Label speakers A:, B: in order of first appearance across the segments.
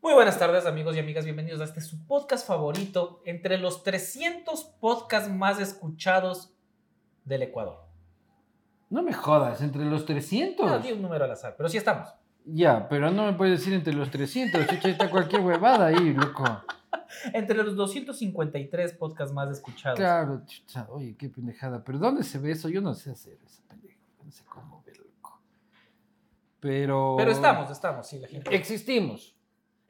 A: Muy buenas tardes amigos y amigas, bienvenidos a este su podcast favorito, entre los 300 podcasts más escuchados del Ecuador.
B: No me jodas, entre los 300.
A: No, di un número al azar, pero sí estamos.
B: Ya, pero no me puedes decir entre los 300, chucha, está cualquier huevada ahí, loco.
A: Entre los 253 podcasts más escuchados.
B: Claro, chucha, oye, qué pendejada. ¿Pero dónde se ve eso? Yo no sé hacer esa pendeja, no sé cómo verlo, loco. Pero...
A: Pero estamos, estamos, sí, la gente.
B: Existimos.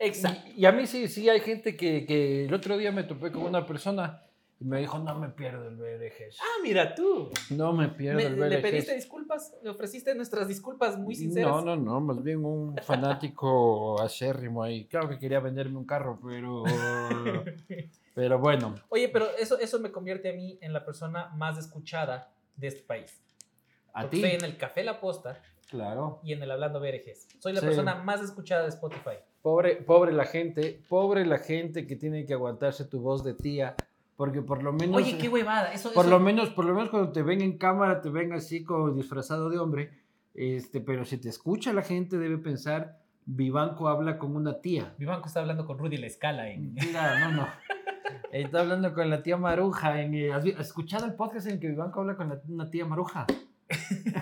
A: Exacto.
B: Y, y a mí sí, sí hay gente que, que el otro día me topé con una persona y me dijo, no me pierdo el BRG.
A: Ah, mira tú.
B: No me pierdo
A: Me-
B: el BRG.
A: ¿Le pediste disculpas? ¿Le ofreciste nuestras disculpas muy sinceras?
B: No, no, no, más bien un fanático acérrimo ahí. Claro que quería venderme un carro, pero. Pero bueno,
A: Oye, pero eso, eso me convierte a mí en la persona más escuchada de este país.
B: a
A: Porque
B: ti,
A: Estoy en el Café La Posta
B: claro.
A: y en el Hablando BRGs. Soy la
B: Sí.
A: persona más escuchada de Spotify.
B: Pobre, pobre la gente, pobre la gente que tiene que aguantarse tu voz de tía, porque por lo menos.
A: Oye, qué huevada. Eso,
B: por
A: eso-
B: lo menos, por lo menos cuando te ven en cámara, te ven así como disfrazado de hombre. Este, pero si te escucha la gente debe pensar, Vivanco habla como una tía.
A: Mi banco está hablando con Rudy La Escala.
B: ¿eh?
A: En...
B: Mira, no, no. Está hablando con la tía Maruja. En, eh, ¿Has vi- has escuchado el podcast en el que Vivanco habla con la, una tía Maruja?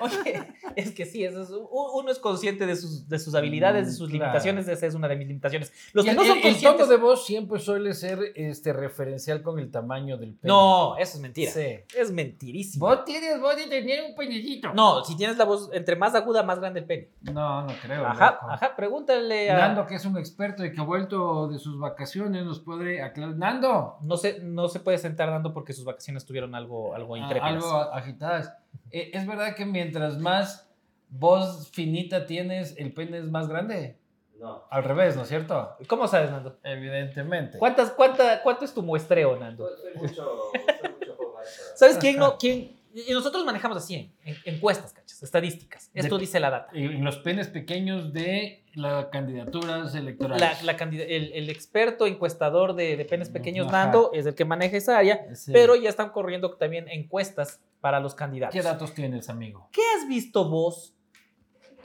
A: Oye, es que sí, eso es- u- uno es consciente de sus, de sus habilidades, de sus
B: Mm, Claro.
A: limitaciones. Esa es una de mis limitaciones. Los
B: Y
A: que
B: el,
A: no son
B: el- el tono
A: conscientes.
B: de voz siempre suele ser este, referencial con el tamaño del pene.
A: No, eso es mentira.
B: Sí.
A: Es mentirísimo.
B: Vos tienes voz de tener un penecito.
A: No, si tienes la voz entre más aguda, más grande el pene.
B: no, no creo.
A: Ajá,
B: loco.
A: ajá, pregúntale a.
B: Nando, que es un experto y que ha vuelto de sus vacaciones, nos puede aclarar. Nando,
A: No se, no se puede sentar dando porque sus vacaciones tuvieron algo, algo
B: Ah,
A: intrépidas.
B: algo a- agitadas. Eh, ¿Es verdad que mientras más voz finita tienes, el pene es más grande?
C: No.
B: Al revés, ¿no es cierto?
A: ¿Cómo sabes, Nando?
B: Evidentemente.
A: ¿Cuántas, cuánta, ¿Cuánto es tu muestreo, Nando?
C: Soy, soy mucho, soy mucho joven para-
A: ¿Sabes quién no? Quién? Y nosotros manejamos así, en, en- encuestas, cachas, estadísticas. Esto
B: De-
A: dice la data.
B: Y los penes pequeños de las candidaturas electorales.
A: La, la candida- el, el experto encuestador de, de penes pequeños,
B: Ajá.
A: Nando, es el que maneja esa área,
B: Sí.
A: pero ya están corriendo también encuestas para los candidatos.
B: ¿Qué datos tienes, amigo?
A: ¿Qué has visto vos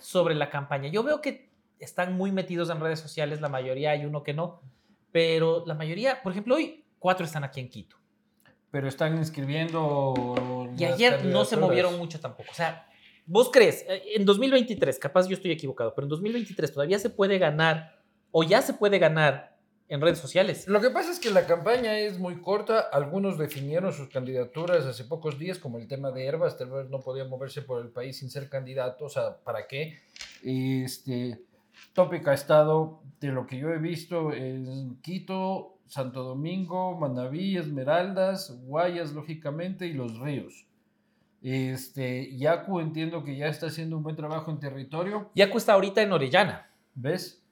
A: sobre la campaña? Yo veo que están muy metidos en redes sociales, la mayoría, hay uno que no, pero la mayoría, por ejemplo, hoy cuatro están aquí en Quito
B: Pero están inscribiendo.
A: y
B: las
A: ayer no se
B: candidaturas.
A: movieron mucho tampoco. O sea, ¿vos crees? eh, En 2023, capaz yo estoy equivocado, pero en 2023 todavía se puede ganar o ya se puede ganar en redes sociales.
B: Lo que pasa es que la campaña es muy corta. Algunos definieron sus candidaturas hace pocos días, como el tema de Herbas. Tal vez no podía moverse por el país sin ser candidato. O sea, ¿para qué? Este, tópica ha estado, de lo que yo he visto, en Quito, Santo Domingo, Manaví, Esmeraldas, Guayas, lógicamente, y Los Ríos. Este, Yacu entiendo que ya está haciendo un buen trabajo en territorio.
A: Ya cuesta ahorita en Orellana.
B: ¿Ves?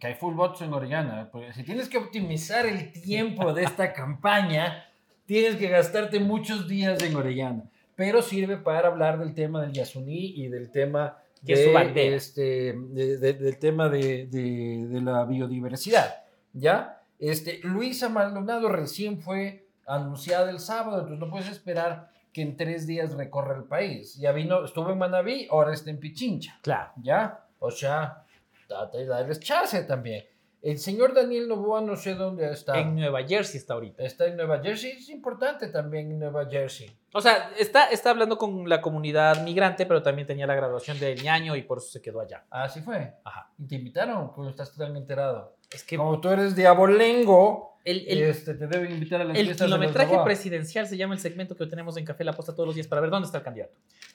B: Que hay full bots en Orellana. porque Si tienes que optimizar el tiempo de esta campaña, tienes que gastarte muchos días en Orellana. Pero sirve para hablar del tema del Yasuní y del tema
A: Que es su bandera.
B: este, de- de- del tema de, de- de la biodiversidad. ¿Ya? Este, Luisa Maldonado recién fue anunciada el sábado, entonces no puedes esperar que en tres días recorra el país. Ya vino, estuvo en Manabí, ahora está en Pichincha.
A: Claro.
B: ¿ya? O sea, trata de darles chance también. El señor Daniel Novoa no sé dónde está.
A: En Nueva Jersey está ahorita.
B: Está en Nueva Jersey, es importante también en Nueva Jersey.
A: O sea, está, está hablando con la comunidad migrante, pero también tenía la graduación del ñaño y por eso se quedó allá.
B: Así fue.
A: Ajá.
B: Y te invitaron, cuando estás tan enterado.
A: Es que
B: Como tú eres de abolengo,
A: el, el-
B: este, te deben invitar a las
A: el
B: fiestas de los
A: kilometraje
B: Novoa.
A: presidencial se llama el segmento que tenemos en Café La Posta todos los días para ver dónde está el candidato.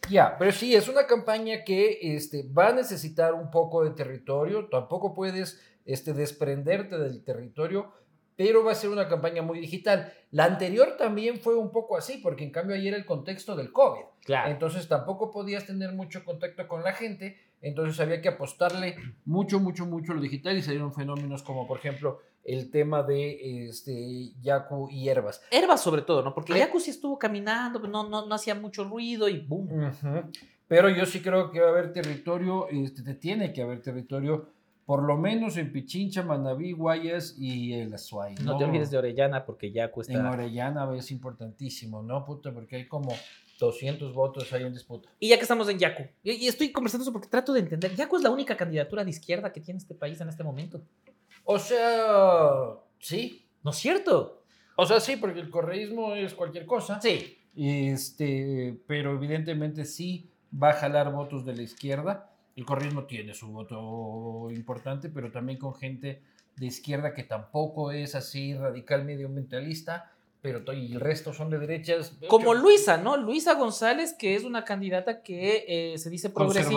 B: Ya, pero sí, es una campaña que este, va a necesitar un poco de territorio, tampoco puedes este, desprenderte del territorio, pero va a ser una campaña muy digital. La anterior también fue un poco así, porque en cambio ahí era el contexto del COVID,
A: Claro.
B: entonces tampoco podías tener mucho contacto con la gente, entonces había que apostarle mucho, mucho, mucho a lo digital y salieron fenómenos como por ejemplo el tema de este, Yaku y Hierbas.
A: Herbas sobre todo, ¿no? Porque
B: Ay.
A: Yaku sí estuvo caminando, pero no, no, no hacía mucho ruido y boom.
B: Ujú. Pero yo sí creo que va a haber territorio, este, te tiene que haber territorio, por lo menos en Pichincha, Manabí, Guayas y el Azuay.
A: No te olvides de Orellana porque Yaku
B: En
A: está...
B: Orellana es importantísimo, ¿no, puta? Porque hay como 200 votos ahí en disputa.
A: Y ya que estamos en Yaku, y, y estoy conversando eso porque trato de entender, Yaku es la única candidatura de izquierda que tiene este país en este momento.
B: O sea, sí.
A: ¿No es cierto?
B: O sea, sí, porque el correísmo es cualquier cosa.
A: Sí.
B: Este, pero evidentemente sí va a jalar votos de la izquierda. El correísmo tiene su voto importante, pero también con gente de izquierda que tampoco es así radical medioambientalista, pero to- y el resto son de derechas.
A: Como
B: Yo-
A: Luisa, ¿no? Luisa González, que es una candidata que eh, se dice progresista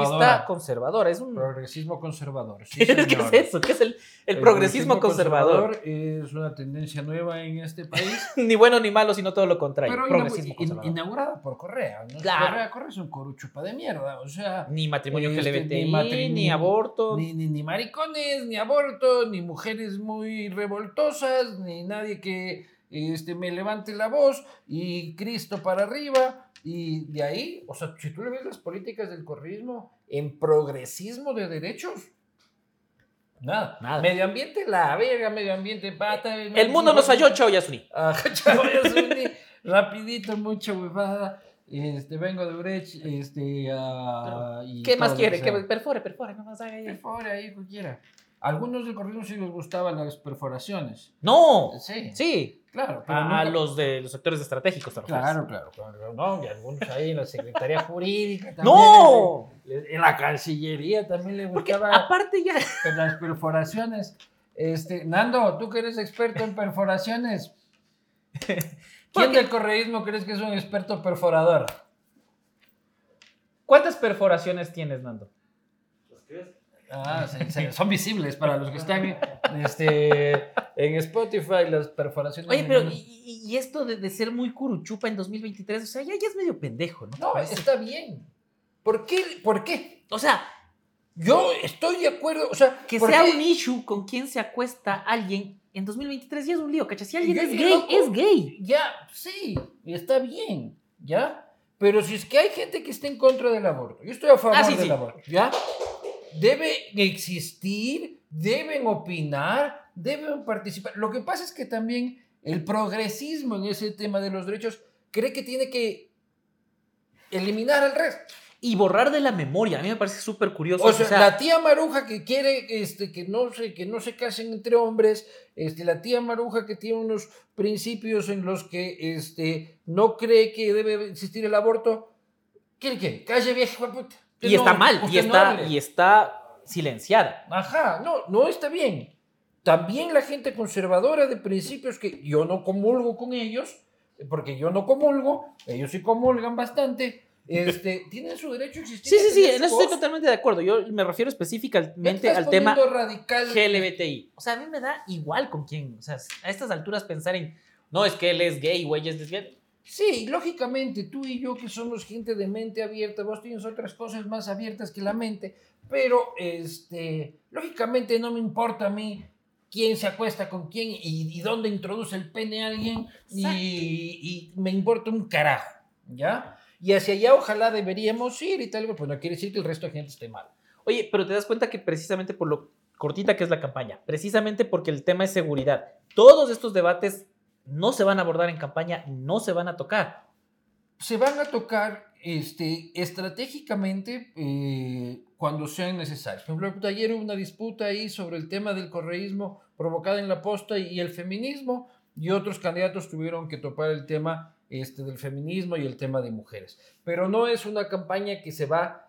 B: Conservadora.
A: conservadora. Es un...
B: Progresismo conservador. sí,
A: ¿Qué es
B: señor.
A: eso? ¿Qué es el, el progresismo conservador?
B: conservador es una tendencia nueva en este país.
A: Ni bueno ni malo, sino todo lo contrario.
B: Pero
A: progresismo
B: inaugura-
A: conservador.
B: inaugurada por Correa. ¿no?
A: Claro.
B: Correa, Correa es un coruchupa de mierda. O sea,
A: ni matrimonio
B: Este,
A: LGBTI,
B: ni
A: ni,
B: matri- ni-
A: aborto.
B: ni, ni, ni maricones, ni aborto, ni mujeres muy revoltosas, ni nadie que este, me levante la voz, y Cristo para arriba. Y de ahí, o sea, si tú le ves las políticas del correísmo en progresismo de derechos, nada.
A: Nada.
B: Medio ambiente, la verga, medio ambiente, pata.
A: el mundo nos falló, chao Yasuni.
B: Ajá, chavo, ya subí rapidito, mucha huevada. Este, vengo de Brecht, este, ah, y
A: ¿Qué más
B: todo lo
A: quiere?
B: que
A: Que
B: sea.
A: perfore, perfore, no más haga ahí.
B: Perfora ahí cualquiera. Algunos del corrido sí les gustaban las perforaciones.
A: No,
B: Sí,
A: sí.
B: claro. pero
A: A, a
B: nunca-
A: los de los sectores estratégicos. te refieres.
B: Claro, claro, claro. No, y algunos ahí en la Secretaría Jurídica también.
A: No,
B: les- les- En la Cancillería también les
A: porque
B: gustaban
A: aparte ya.
B: las perforaciones. Este, Nando, tú que eres experto en perforaciones. ¿Quién
A: Porque-
B: del correísmo crees que es un experto perforador?
A: ¿Cuántas perforaciones tienes, Nando?
C: ¿Los crees?
B: Ah, se- se- son visibles para los que están este, en Spotify, las perforaciones.
A: Oye, pero
B: no-
A: y, y- y esto de, de ser muy curuchupa en 2023, o sea, ya, ya es medio pendejo, ¿no?
B: No, está bien. ¿Por qué? ¿Por qué?
A: O sea,
B: Yo estoy de acuerdo, o sea,
A: que
B: ¿por
A: sea
B: qué?
A: un issue con quien se acuesta alguien en 2023 ya es un lío, ¿cachas? Si alguien
B: Yo-
A: es
B: yo,
A: gay,
B: loco.
A: es gay.
B: Ya, sí, está bien, ¿ya? Pero si es que hay gente que está en contra del aborto, yo estoy a favor
A: Ah, sí,
B: del
A: sí.
B: aborto, ¿ya? Debe existir, deben opinar, deben participar. Lo que pasa es que también el progresismo en ese tema de los derechos cree que tiene que eliminar al resto.
A: Y borrar de la memoria, a mí me parece súper curioso.
B: O sea, la tía Maruja que quiere este, que, no se, que no se casen entre hombres, este, la tía Maruja que tiene unos principios en los que este, no cree que debe existir el aborto, ¿quiere que? Calle vieja, hijo de puta. Usted
A: y
B: no-
A: está mal, y
B: usted no
A: está,
B: hable.
A: y está silenciada.
B: Ajá, no, no está bien. También la gente conservadora de principios que yo no comulgo con ellos, porque yo no comulgo, ellos sí comulgan bastante, este, tienen su derecho a existir.
A: Sí,
B: a
A: sí, sí,
B: tener
A: en eso
B: voz.
A: estoy totalmente de acuerdo. Yo me refiero
B: Ya te
A: específicamente
B: estás
A: al tema
B: poniendo radical.
A: GLBTI. O sea, a mí me da igual con quién. O sea, a estas alturas pensar en, no, es que él es gay o ella es lesbiana.
B: Sí, lógicamente, tú y yo que somos gente de mente abierta, vos tienes otras cosas más abiertas que la mente, pero este, lógicamente no me importa a mí quién se acuesta con quién y, y dónde introduce el pene a alguien y, y me importa un carajo, ¿ya? Y hacia allá ojalá deberíamos ir y tal, pues no quiere decir que el resto de gente esté mal.
A: Oye, pero te das cuenta que precisamente por lo cortita que es la campaña, precisamente porque el tema es seguridad, todos estos debates no se van a abordar en campaña, no se van a tocar.
B: se van a tocar este, estratégicamente eh, cuando sean necesarios. Por ejemplo, pues, ayer hubo una disputa ahí sobre el tema del correísmo provocada en la posta y el feminismo, y otros candidatos tuvieron que topar el tema este, del feminismo y el tema de mujeres. Pero no es una campaña que se va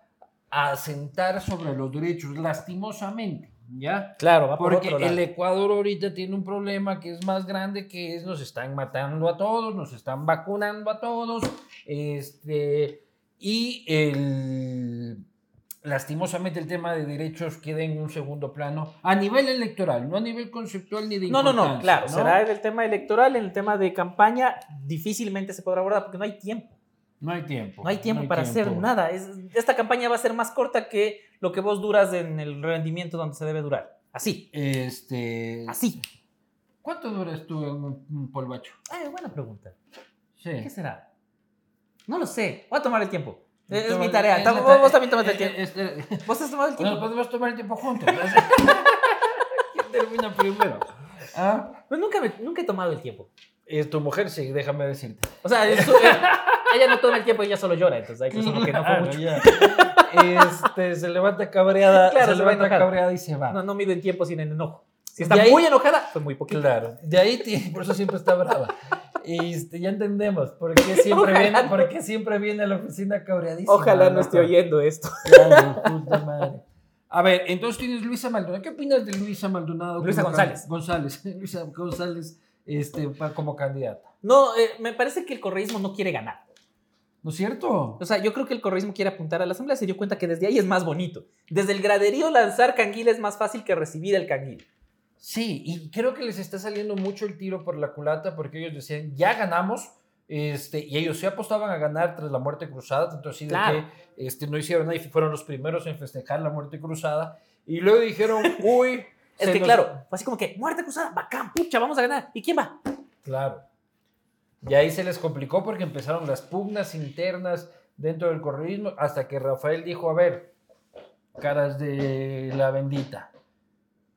B: a asentar sobre los derechos, lastimosamente, ¿ya?
A: Claro, va
B: Porque el Ecuador ahorita tiene un problema que es más grande, que es nos están matando a todos, nos están vacunando a todos, este, y el, lastimosamente el tema de derechos queda en un segundo plano a nivel electoral, no a nivel conceptual ni de
A: No, no, no,
B: importancia,
A: claro, será en el tema electoral, en el tema de campaña difícilmente se podrá abordar porque no hay tiempo,
B: No hay tiempo.
A: no hay tiempo para hacer
B: tiempo.
A: nada. Es- esta campaña va a ser más corta que lo que vos duras en el rendimiento donde se debe durar. Así,
B: Este,
A: así.
B: ¿Cuánto duras tú en un- un polvacho?
A: Ay, buena pregunta.
B: Sí.
A: ¿Qué será? No lo sé, voy a tomar el tiempo. Es, es mi
B: Toma-
A: tarea.
B: es la
A: Tam-
B: ta-
A: Vos también tomate el
B: eh,
A: tiempo.
B: eh, este-
A: Vos has tomado el
B: Nos
A: tiempo.
B: podemos tomar el tiempo juntos. ¿Quién termina primero? ¿Ah?
A: Pues nunca, me- nunca he tomado el tiempo.
B: Es tu mujer, sí, déjame decirte.
A: O sea, es- eh, ella no toma el tiempo, ella solo llora. Entonces hay cosas en lo que Ah, no fue
B: Claro,
A: mucho.
B: ya. Este, se levanta cabreada,
A: Claro,
B: se
A: se va a
B: levanta
A: enojar.
B: cabreada y se va.
A: No, no mido en tiempo, sino en enojo. Si está
B: De ahí-
A: muy enojada, fue muy poquito.
B: Claro. De ahí, ti- por eso siempre está brava. Y este, ya entendemos por qué siempre
A: Ojalá
B: viene,
A: no.
B: por qué siempre viene a la oficina cabreadísima.
A: Ojalá no esté
B: loco.
A: oyendo esto.
B: Claro, puta madre. A ver, entonces tienes Luisa Maldonado. ¿Qué opinas de Luisa Maldonado?
A: Luisa
B: como
A: González.
B: can- González. Luisa González este, pa- como candidata.
A: No, eh, me parece que el correísmo no quiere ganar.
B: ¿No es cierto?
A: O sea, yo creo que el correísmo quiere apuntar a la asamblea. Se dio cuenta que desde ahí es más bonito. Desde el graderío lanzar canguil es más fácil que recibir el canguil.
B: Sí, y creo que les está saliendo mucho el tiro por la culata porque ellos decían, ya ganamos. Este, y ellos se apostaban a ganar tras la muerte cruzada, entonces sí de
A: Claro.
B: que este, no hicieron nada y fueron los primeros en festejar la muerte cruzada. Y luego dijeron, uy.
A: Es
B: se
A: que
B: nos-
A: claro, fue así como que muerte cruzada, bacán, pucha, vamos a ganar. ¿Y quién va?
B: Claro. Y ahí se les complicó porque empezaron las pugnas internas dentro del correísmo hasta que Rafael dijo, a ver, caras de la bendita.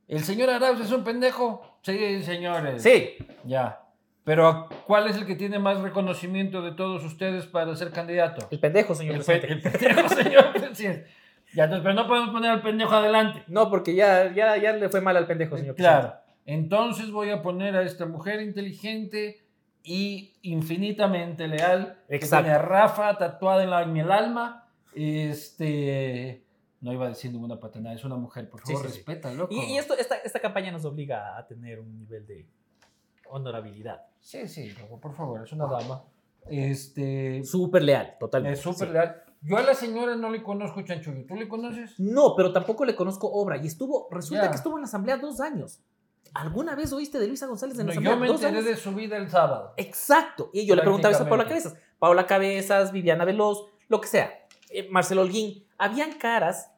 B: El señor Arauz es un pendejo. Sí, señores.
A: Sí.
B: Ya. Pero ¿cuál es el que tiene más reconocimiento de todos ustedes para ser candidato?
A: El pendejo, señor
B: El, pe-
A: presidente.
B: el pendejo, señor presidente. Ya, entonces, pero no podemos poner al pendejo adelante.
A: No, porque ya, ya, ya le fue mal al pendejo, señor
B: Claro. Entonces voy a poner a esta mujer inteligente y infinitamente leal. que
A: Exacto.
B: Tiene a Rafa tatuada en, la- en el alma. Este. No iba a decir ninguna patanada, es una mujer, por
A: Sí,
B: favor,
A: sí, sí.
B: respeta, loco.
A: presidente. Y, y esto, esta, esta campaña nos obliga a tener un nivel de honorabilidad.
B: Sí, sí, loco, por favor, es una dama. Este.
A: Súper leal, totalmente.
B: Es súper
A: sí.
B: leal. Yo a la señora no le conozco chanchullo. ¿Tú le conoces?
A: No, pero tampoco le conozco obra. Y estuvo, resulta
B: Ya.
A: que estuvo en la asamblea dos años. ¿Alguna vez oíste de Luisa González en la
B: No,
A: asamblea
B: yo me
A: dos
B: enteré
A: años?
B: de su vida el sábado.
A: Exacto. Y yo le preguntaba eso a Paula
B: Prácticamente.
A: Cabezas. Paula Cabezas, Viviana Veloz, lo que sea. eh, Marcelo Holguín. Habían caras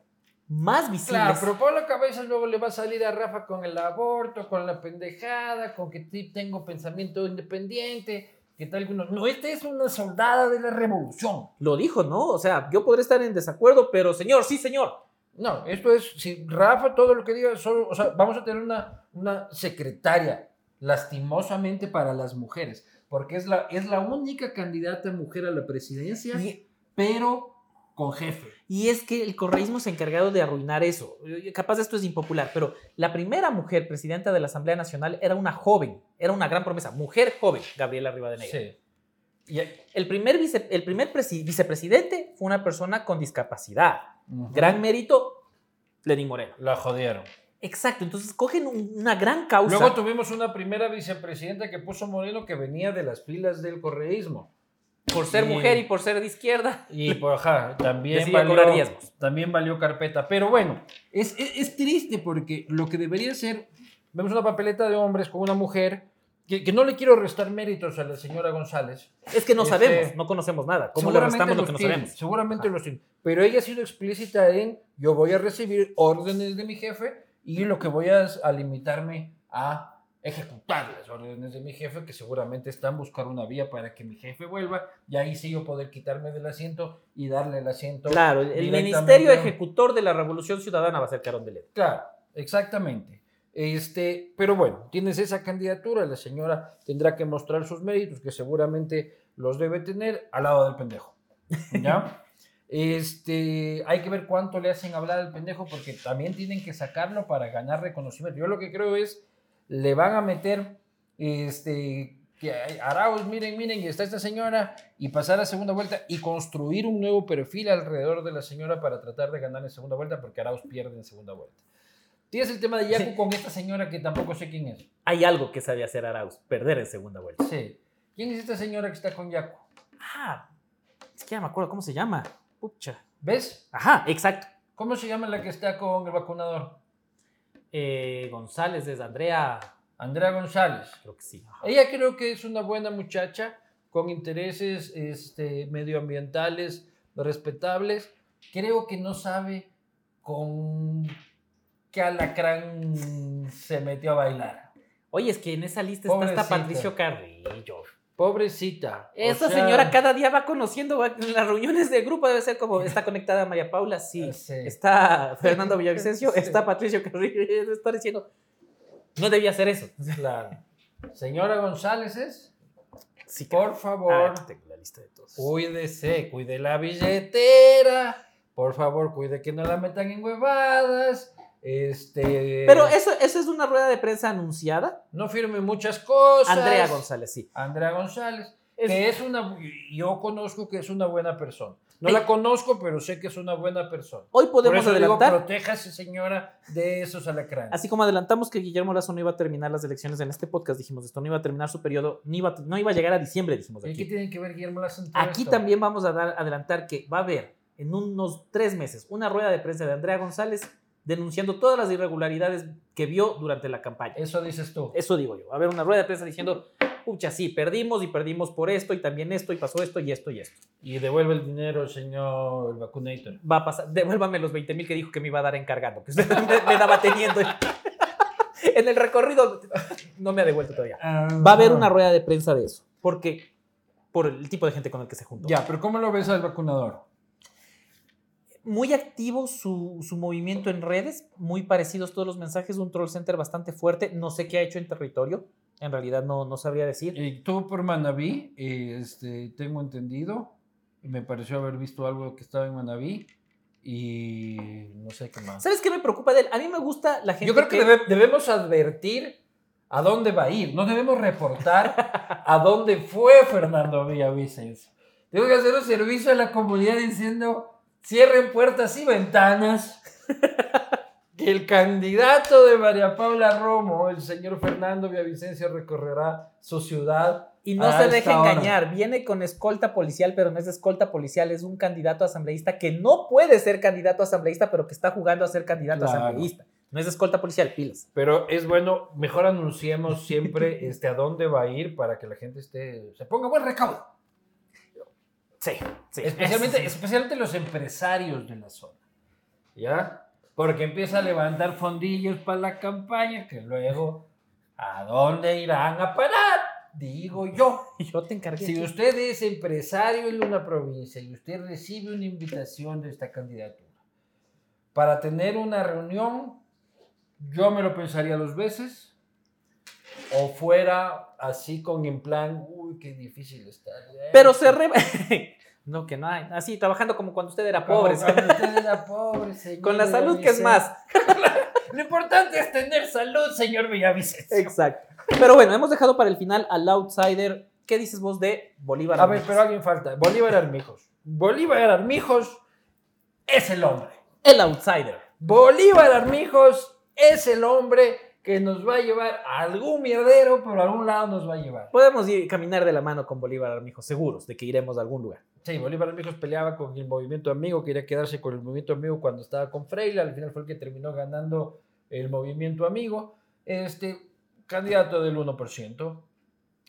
A: más visibles.
B: Claro, pero Pablo Cabezas luego le va a salir a Rafa con el aborto, con la pendejada, con que ti- tengo pensamiento independiente, que tal que uno- No, esta es una soldada de la revolución.
A: Lo dijo, ¿no? O sea, yo podré estar en desacuerdo, pero señor, sí, señor.
B: No, esto es, si Rafa todo lo que diga, solo, o sea, vamos a tener una, una secretaria, lastimosamente para las mujeres, porque es la, es la única candidata mujer a la presidencia,
A: Y,
B: pero con jefe.
A: y es que el correísmo se ha encargado de arruinar eso. Eh, Capaz esto es impopular, pero la primera mujer presidenta de la Asamblea Nacional era una joven, era una gran promesa, mujer joven, Gabriela Rivadeneira.
B: Sí. Y-
A: El primer, vice- el primer presi- vicepresidente fue una persona con discapacidad.
B: Ujú.
A: Gran mérito, Lenín Moreno.
B: La jodieron.
A: Exacto, entonces cogen un- una gran causa.
B: Luego tuvimos una primera vicepresidenta que puso Moreno que venía de las filas del correísmo.
A: por ser
B: y-
A: mujer y por ser de izquierda.
B: Y por ajá, también
A: Decidió
B: valió,
A: cobrar diezmos.
B: también valió carpeta. Pero bueno, es, es- es triste porque lo que debería ser, vemos una papeleta de hombres con una mujer, que, que no le quiero restar méritos a la señora González.
A: Es que no
B: Este,
A: sabemos, no conocemos nada. ¿Cómo le
B: Seguramente
A: restamos lo
B: los
A: que no
B: tiene,
A: sabemos?
B: Seguramente
A: Ajá.
B: los tiene. Pero ella ha sido explícita en yo voy a recibir órdenes de mi jefe y lo que voy a, es a limitarme a ejecutar las órdenes de mi jefe, que seguramente están buscar una vía para que mi jefe vuelva y ahí sí yo poder quitarme del asiento y darle el asiento.
A: Claro, el
B: directamente
A: Ministerio
B: a-
A: Ejecutor de la Revolución Ciudadana va a ser Carón de Ledo.
B: Claro, exactamente. Este, pero bueno, tienes esa candidatura, la señora tendrá que mostrar sus méritos, que seguramente los debe tener al lado del pendejo. ¿Ya? Este, hay que ver cuánto le hacen hablar al pendejo, porque también tienen que sacarlo para ganar reconocimiento. Yo lo que creo es, le van a meter, este, que hay- Arauz, miren, miren, y está esta señora, y pasar a segunda vuelta y construir un nuevo perfil alrededor de la señora para tratar de ganar en segunda vuelta, porque Arauz pierde en segunda vuelta. Tienes el tema de Yaku
A: Sí.
B: con esta señora que tampoco sé quién es.
A: Hay algo que sabe hacer Arauz, perder en segunda vuelta.
B: Sí. ¿Quién es esta señora que está con Yaku?
A: Ah, es que ya me acuerdo cómo se llama. Pucha.
B: ¿Ves?
A: Ajá, exacto.
B: ¿Cómo se llama la que está con el vacunador?
A: Eh, González es Andrea,
B: Andrea González.
A: creo que sí. Ajá.
B: Ella creo que es una buena muchacha con intereses este, medioambientales respetables. Creo que no sabe con qué alacrán se metió a bailar.
A: Oye, es que en esa lista está
B: Pobrecita.
A: hasta Patricio Carrillo.
B: Pobrecita. o
A: Esa
B: sea,
A: señora cada día va conociendo, va- en las reuniones de grupo debe ser como, está conectada María Paula, sí.
B: Ah, Sí.
A: Está Fernando Villavicencio,
B: Sí.
A: está Patricio Carrillo, y debe estar diciendo, no debía hacer eso.
B: Claro. Señora González es,
A: Sí,
B: por favor,
A: tengo la lista de todos.
B: cuídese, cuide la billetera. Por favor, cuide que no la metan en huevadas. Este,
A: Pero eso, eso es una rueda de prensa anunciada.
B: No firme muchas cosas.
A: Andrea González, sí.
B: Andrea González.
A: Es-
B: que es una, yo conozco que es una buena persona. No la conozco, pero sé que es una buena persona.
A: Hoy
B: Por
A: podemos
B: eso le digo,
A: adelantar,
B: protéjase señora de esos alacranes.
A: así como adelantamos que Guillermo Lazo no iba a terminar las elecciones en este podcast, dijimos esto, no iba a terminar su periodo, ni iba, a- no iba a llegar a diciembre, dijimos
B: ¿Y
A: aquí.
B: qué tiene que ver Guillermo Lazo en todo
A: Aquí
B: esto?
A: también vamos a dar, adelantar que va a haber en unos tres meses una rueda de prensa de Andrea González denunciando todas las irregularidades que vio durante la campaña.
B: Eso dices tú.
A: Eso digo yo. Va a haber una rueda de prensa diciendo, pucha, sí, perdimos y perdimos por esto y también esto y pasó esto y esto y esto.
B: Y devuelve el dinero el señor el vacunator.
A: Va a pasar, devuélvame los 20 mil que dijo que me iba a dar encargando, que usted me, me daba teniendo. en el recorrido no me ha devuelto todavía. Va a haber
B: Ah.
A: una rueda de prensa de eso, porque por el tipo de gente con el que se juntó.
B: Ya, pero ¿cómo lo ves al vacunador?
A: muy activo su, su movimiento en redes, muy parecidos todos los mensajes, un troll center bastante fuerte, no sé qué ha hecho en territorio, en realidad no, no sabría decir.
B: Eh, tú por Manaví, eh, este, tengo entendido, me pareció haber visto algo que estaba en Manaví y no sé qué más.
A: ¿Sabes qué me preocupa de él? A mí me gusta la gente
B: Yo creo que debe- debemos advertir a dónde va a ir, no debemos reportar a dónde fue Fernando Villavicencio. Tengo que hacer un servicio a la comunidad diciendo, cierren puertas y ventanas, que el candidato de María Paula Romo, el señor Fernando Villavicencio, recorrerá su ciudad.
A: Y no
B: a
A: se
B: esta
A: deje
B: hora.
A: engañar, viene con escolta policial, pero no es escolta policial, es un candidato asambleísta que no puede ser candidato asambleísta, pero que está jugando a ser candidato
B: Claro.
A: asambleísta. No es escolta policial, pilas.
B: Pero es bueno, mejor anunciemos siempre este, a dónde va a ir para que la gente esté, se ponga buen recaudo.
A: Sí, sí.
B: Especialmente, especialmente los empresarios de la zona. ¿Ya? Porque empieza a levantar fondillos para la campaña, que luego, ¿a dónde irán a parar? Digo yo.
A: Yo te encargué.
B: Si usted es empresario en una provincia y usted recibe una invitación de esta candidatura para tener una reunión, yo me lo pensaría dos veces. O fuera así con en plan, uy, qué difícil está.
A: Pero se re... No, que no hay. Así, trabajando como cuando usted era pobre.
B: Como cuando usted era pobre, señor
A: Con la salud que es
B: Villavicencio.
A: más.
B: Lo importante es tener salud, señor Villavicencio.
A: Exacto. Pero bueno, hemos dejado para el final al outsider. ¿Qué dices vos de Bolívar?
B: A ver,
A: Armijo?
B: pero alguien falta. Bolívar Armijos. Bolívar Armijos es el hombre.
A: El outsider.
B: Bolívar Armijos es el hombre que nos va a llevar a algún mierdero, pero a algún lado nos va a llevar.
A: Podemos ir caminar de la mano con Bolívar Armijo, seguros de que iremos a algún lugar.
B: Sí, Bolívar Armijos peleaba con el movimiento amigo, quería quedarse con el movimiento amigo cuando estaba con Freire, al final fue el que terminó ganando el movimiento amigo. Este, candidato del 1%,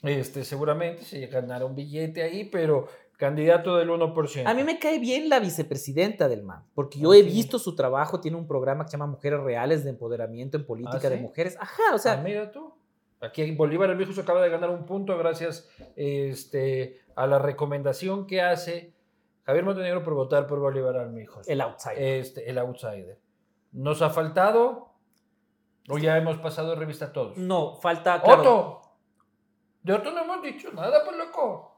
B: este, seguramente se ganará un billete ahí, pero candidato del 1%.
A: A mí me cae bien la vicepresidenta del MAN, porque yo he
B: Ok.
A: visto su trabajo, tiene un programa que se llama Mujeres Reales de Empoderamiento en Política
B: ¿Ah, sí?
A: de Mujeres. Ajá, o
B: Ah,
A: sea,
B: mira tú. Aquí Bolívar Armijos acaba de ganar un punto gracias este, a la recomendación que hace Javier Montenegro por votar por Bolívar Armijos.
A: el outsider.
B: Este, el outsider. ¿Nos ha faltado? ¿O ya hemos pasado de revista todos?
A: No, falta, claro.
B: ¡Otto! De Otto no hemos dicho nada, pues loco.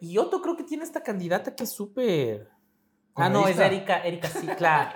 A: Y Otto creo que tiene esta candidata que es súper... Ah, no, es
B: Correísta.
A: Erika, Erika, sí, claro.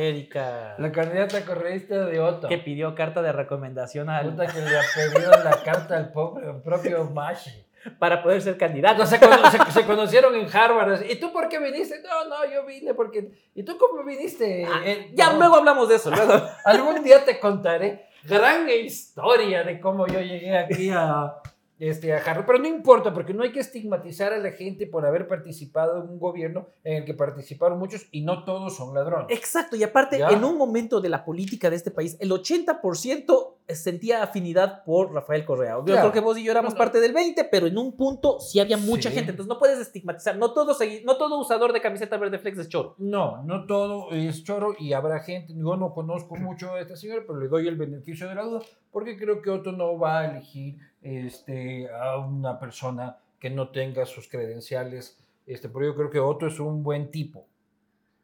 A: Erika.
B: La candidata correísta de Otto.
A: que pidió carta de recomendación al-
B: puta que le ha pedido la carta al pobre, al propio Mashi.
A: para poder ser
B: Ah, No,
A: candidato.
B: se, cono- se- se conocieron en Harvard. así, ¿Y tú por qué viniste? No, no, yo vine porque... ¿Y tú cómo viniste?
A: Ah,
B: Eh,
A: ya
B: no.
A: luego hablamos de eso. Luego.
B: Algún día te contaré gran historia de cómo yo llegué aquí a, este, a Harvard. Pero no importa, porque no hay que estigmatizar a la gente por haber participado en un gobierno en el que participaron muchos y no todos son ladrones.
A: Exacto, y aparte,
B: Ya.
A: en un momento de la política de este país, el 80% sentía afinidad por Rafael Correa. Yo
B: Claro.
A: creo que vos y yo éramos
B: No, no.
A: parte del 20%, pero en un punto sí había mucha
B: Sí.
A: gente. Entonces no puedes estigmatizar. No todo, segui- no todo usador de camiseta verde flex es choro.
B: No, no todo es choro y habrá gente. Yo no conozco mucho a esta señora, pero le doy el beneficio de la duda porque creo que Otto no va a elegir este, a una persona que no tenga sus credenciales. Este, pero yo creo que Otto es un buen tipo.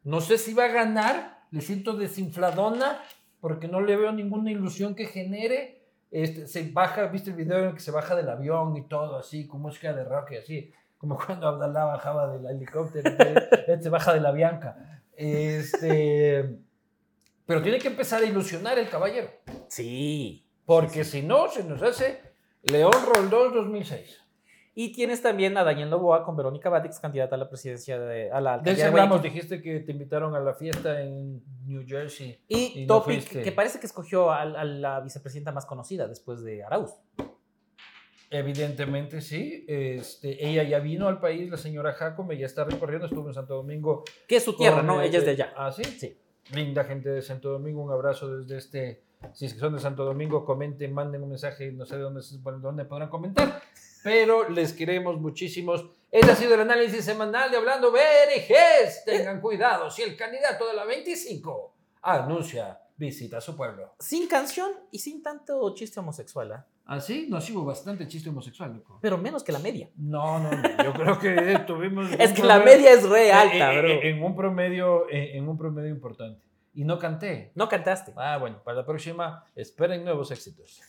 B: No sé si va a ganar, le siento desinfladona porque no le veo ninguna ilusión que genere. Este, se baja, viste el video en el que se baja del avión y todo así, con música de rock y así, como cuando Abdalá bajaba del helicóptero, y él- él se baja de la bianca. Este, Pero tiene que empezar a ilusionar el caballero.
A: Sí.
B: Porque si no, se nos hace León Roldós 2006.
A: Y tienes también a Daniel Novoa con Verónica Batix, candidata a la presidencia de a la
B: De
A: alcaldía
B: ese
A: de Guayaquil.
B: hablamos, dijiste que te invitaron a la fiesta en New Jersey.
A: Y
B: Y no
A: Topic,
B: fuiste.
A: que parece que escogió a, a la vicepresidenta más conocida después de Arauz.
B: Evidentemente sí. Este, ella ya vino al país, la señora Jacome, ya está recorriendo, estuvo en Santo Domingo.
A: Que es su tierra,
B: con,
A: ¿no?
B: eh,
A: Ella es de
B: eh,
A: allá.
B: Ah, sí.
A: Sí.
B: Linda gente de Santo Domingo, un abrazo desde este. Si es que son de Santo Domingo, comenten, manden un mensaje, no sé de dónde, se- bueno, dónde podrán comentar, pero les queremos muchísimos. Ese ha sido el análisis semanal de Hablando BRGs. Tengan cuidado, si el candidato de la 25 anuncia visita a su pueblo.
A: Sin canción y sin tanto chiste homosexual, ¿ah?
B: Así nos hubo bastante chiste homosexual, loco.
A: pero menos que la media.
B: No, no, no, yo creo que tuvimos.
A: Es
B: un
A: que la
B: promedio-
A: media es re
B: eh,
A: alta,
B: eh,
A: bro.
B: eh, En un promedio, eh, en un promedio importante. Y no canté.
A: No cantaste.
B: Ah, bueno, para la próxima, esperen nuevos éxitos.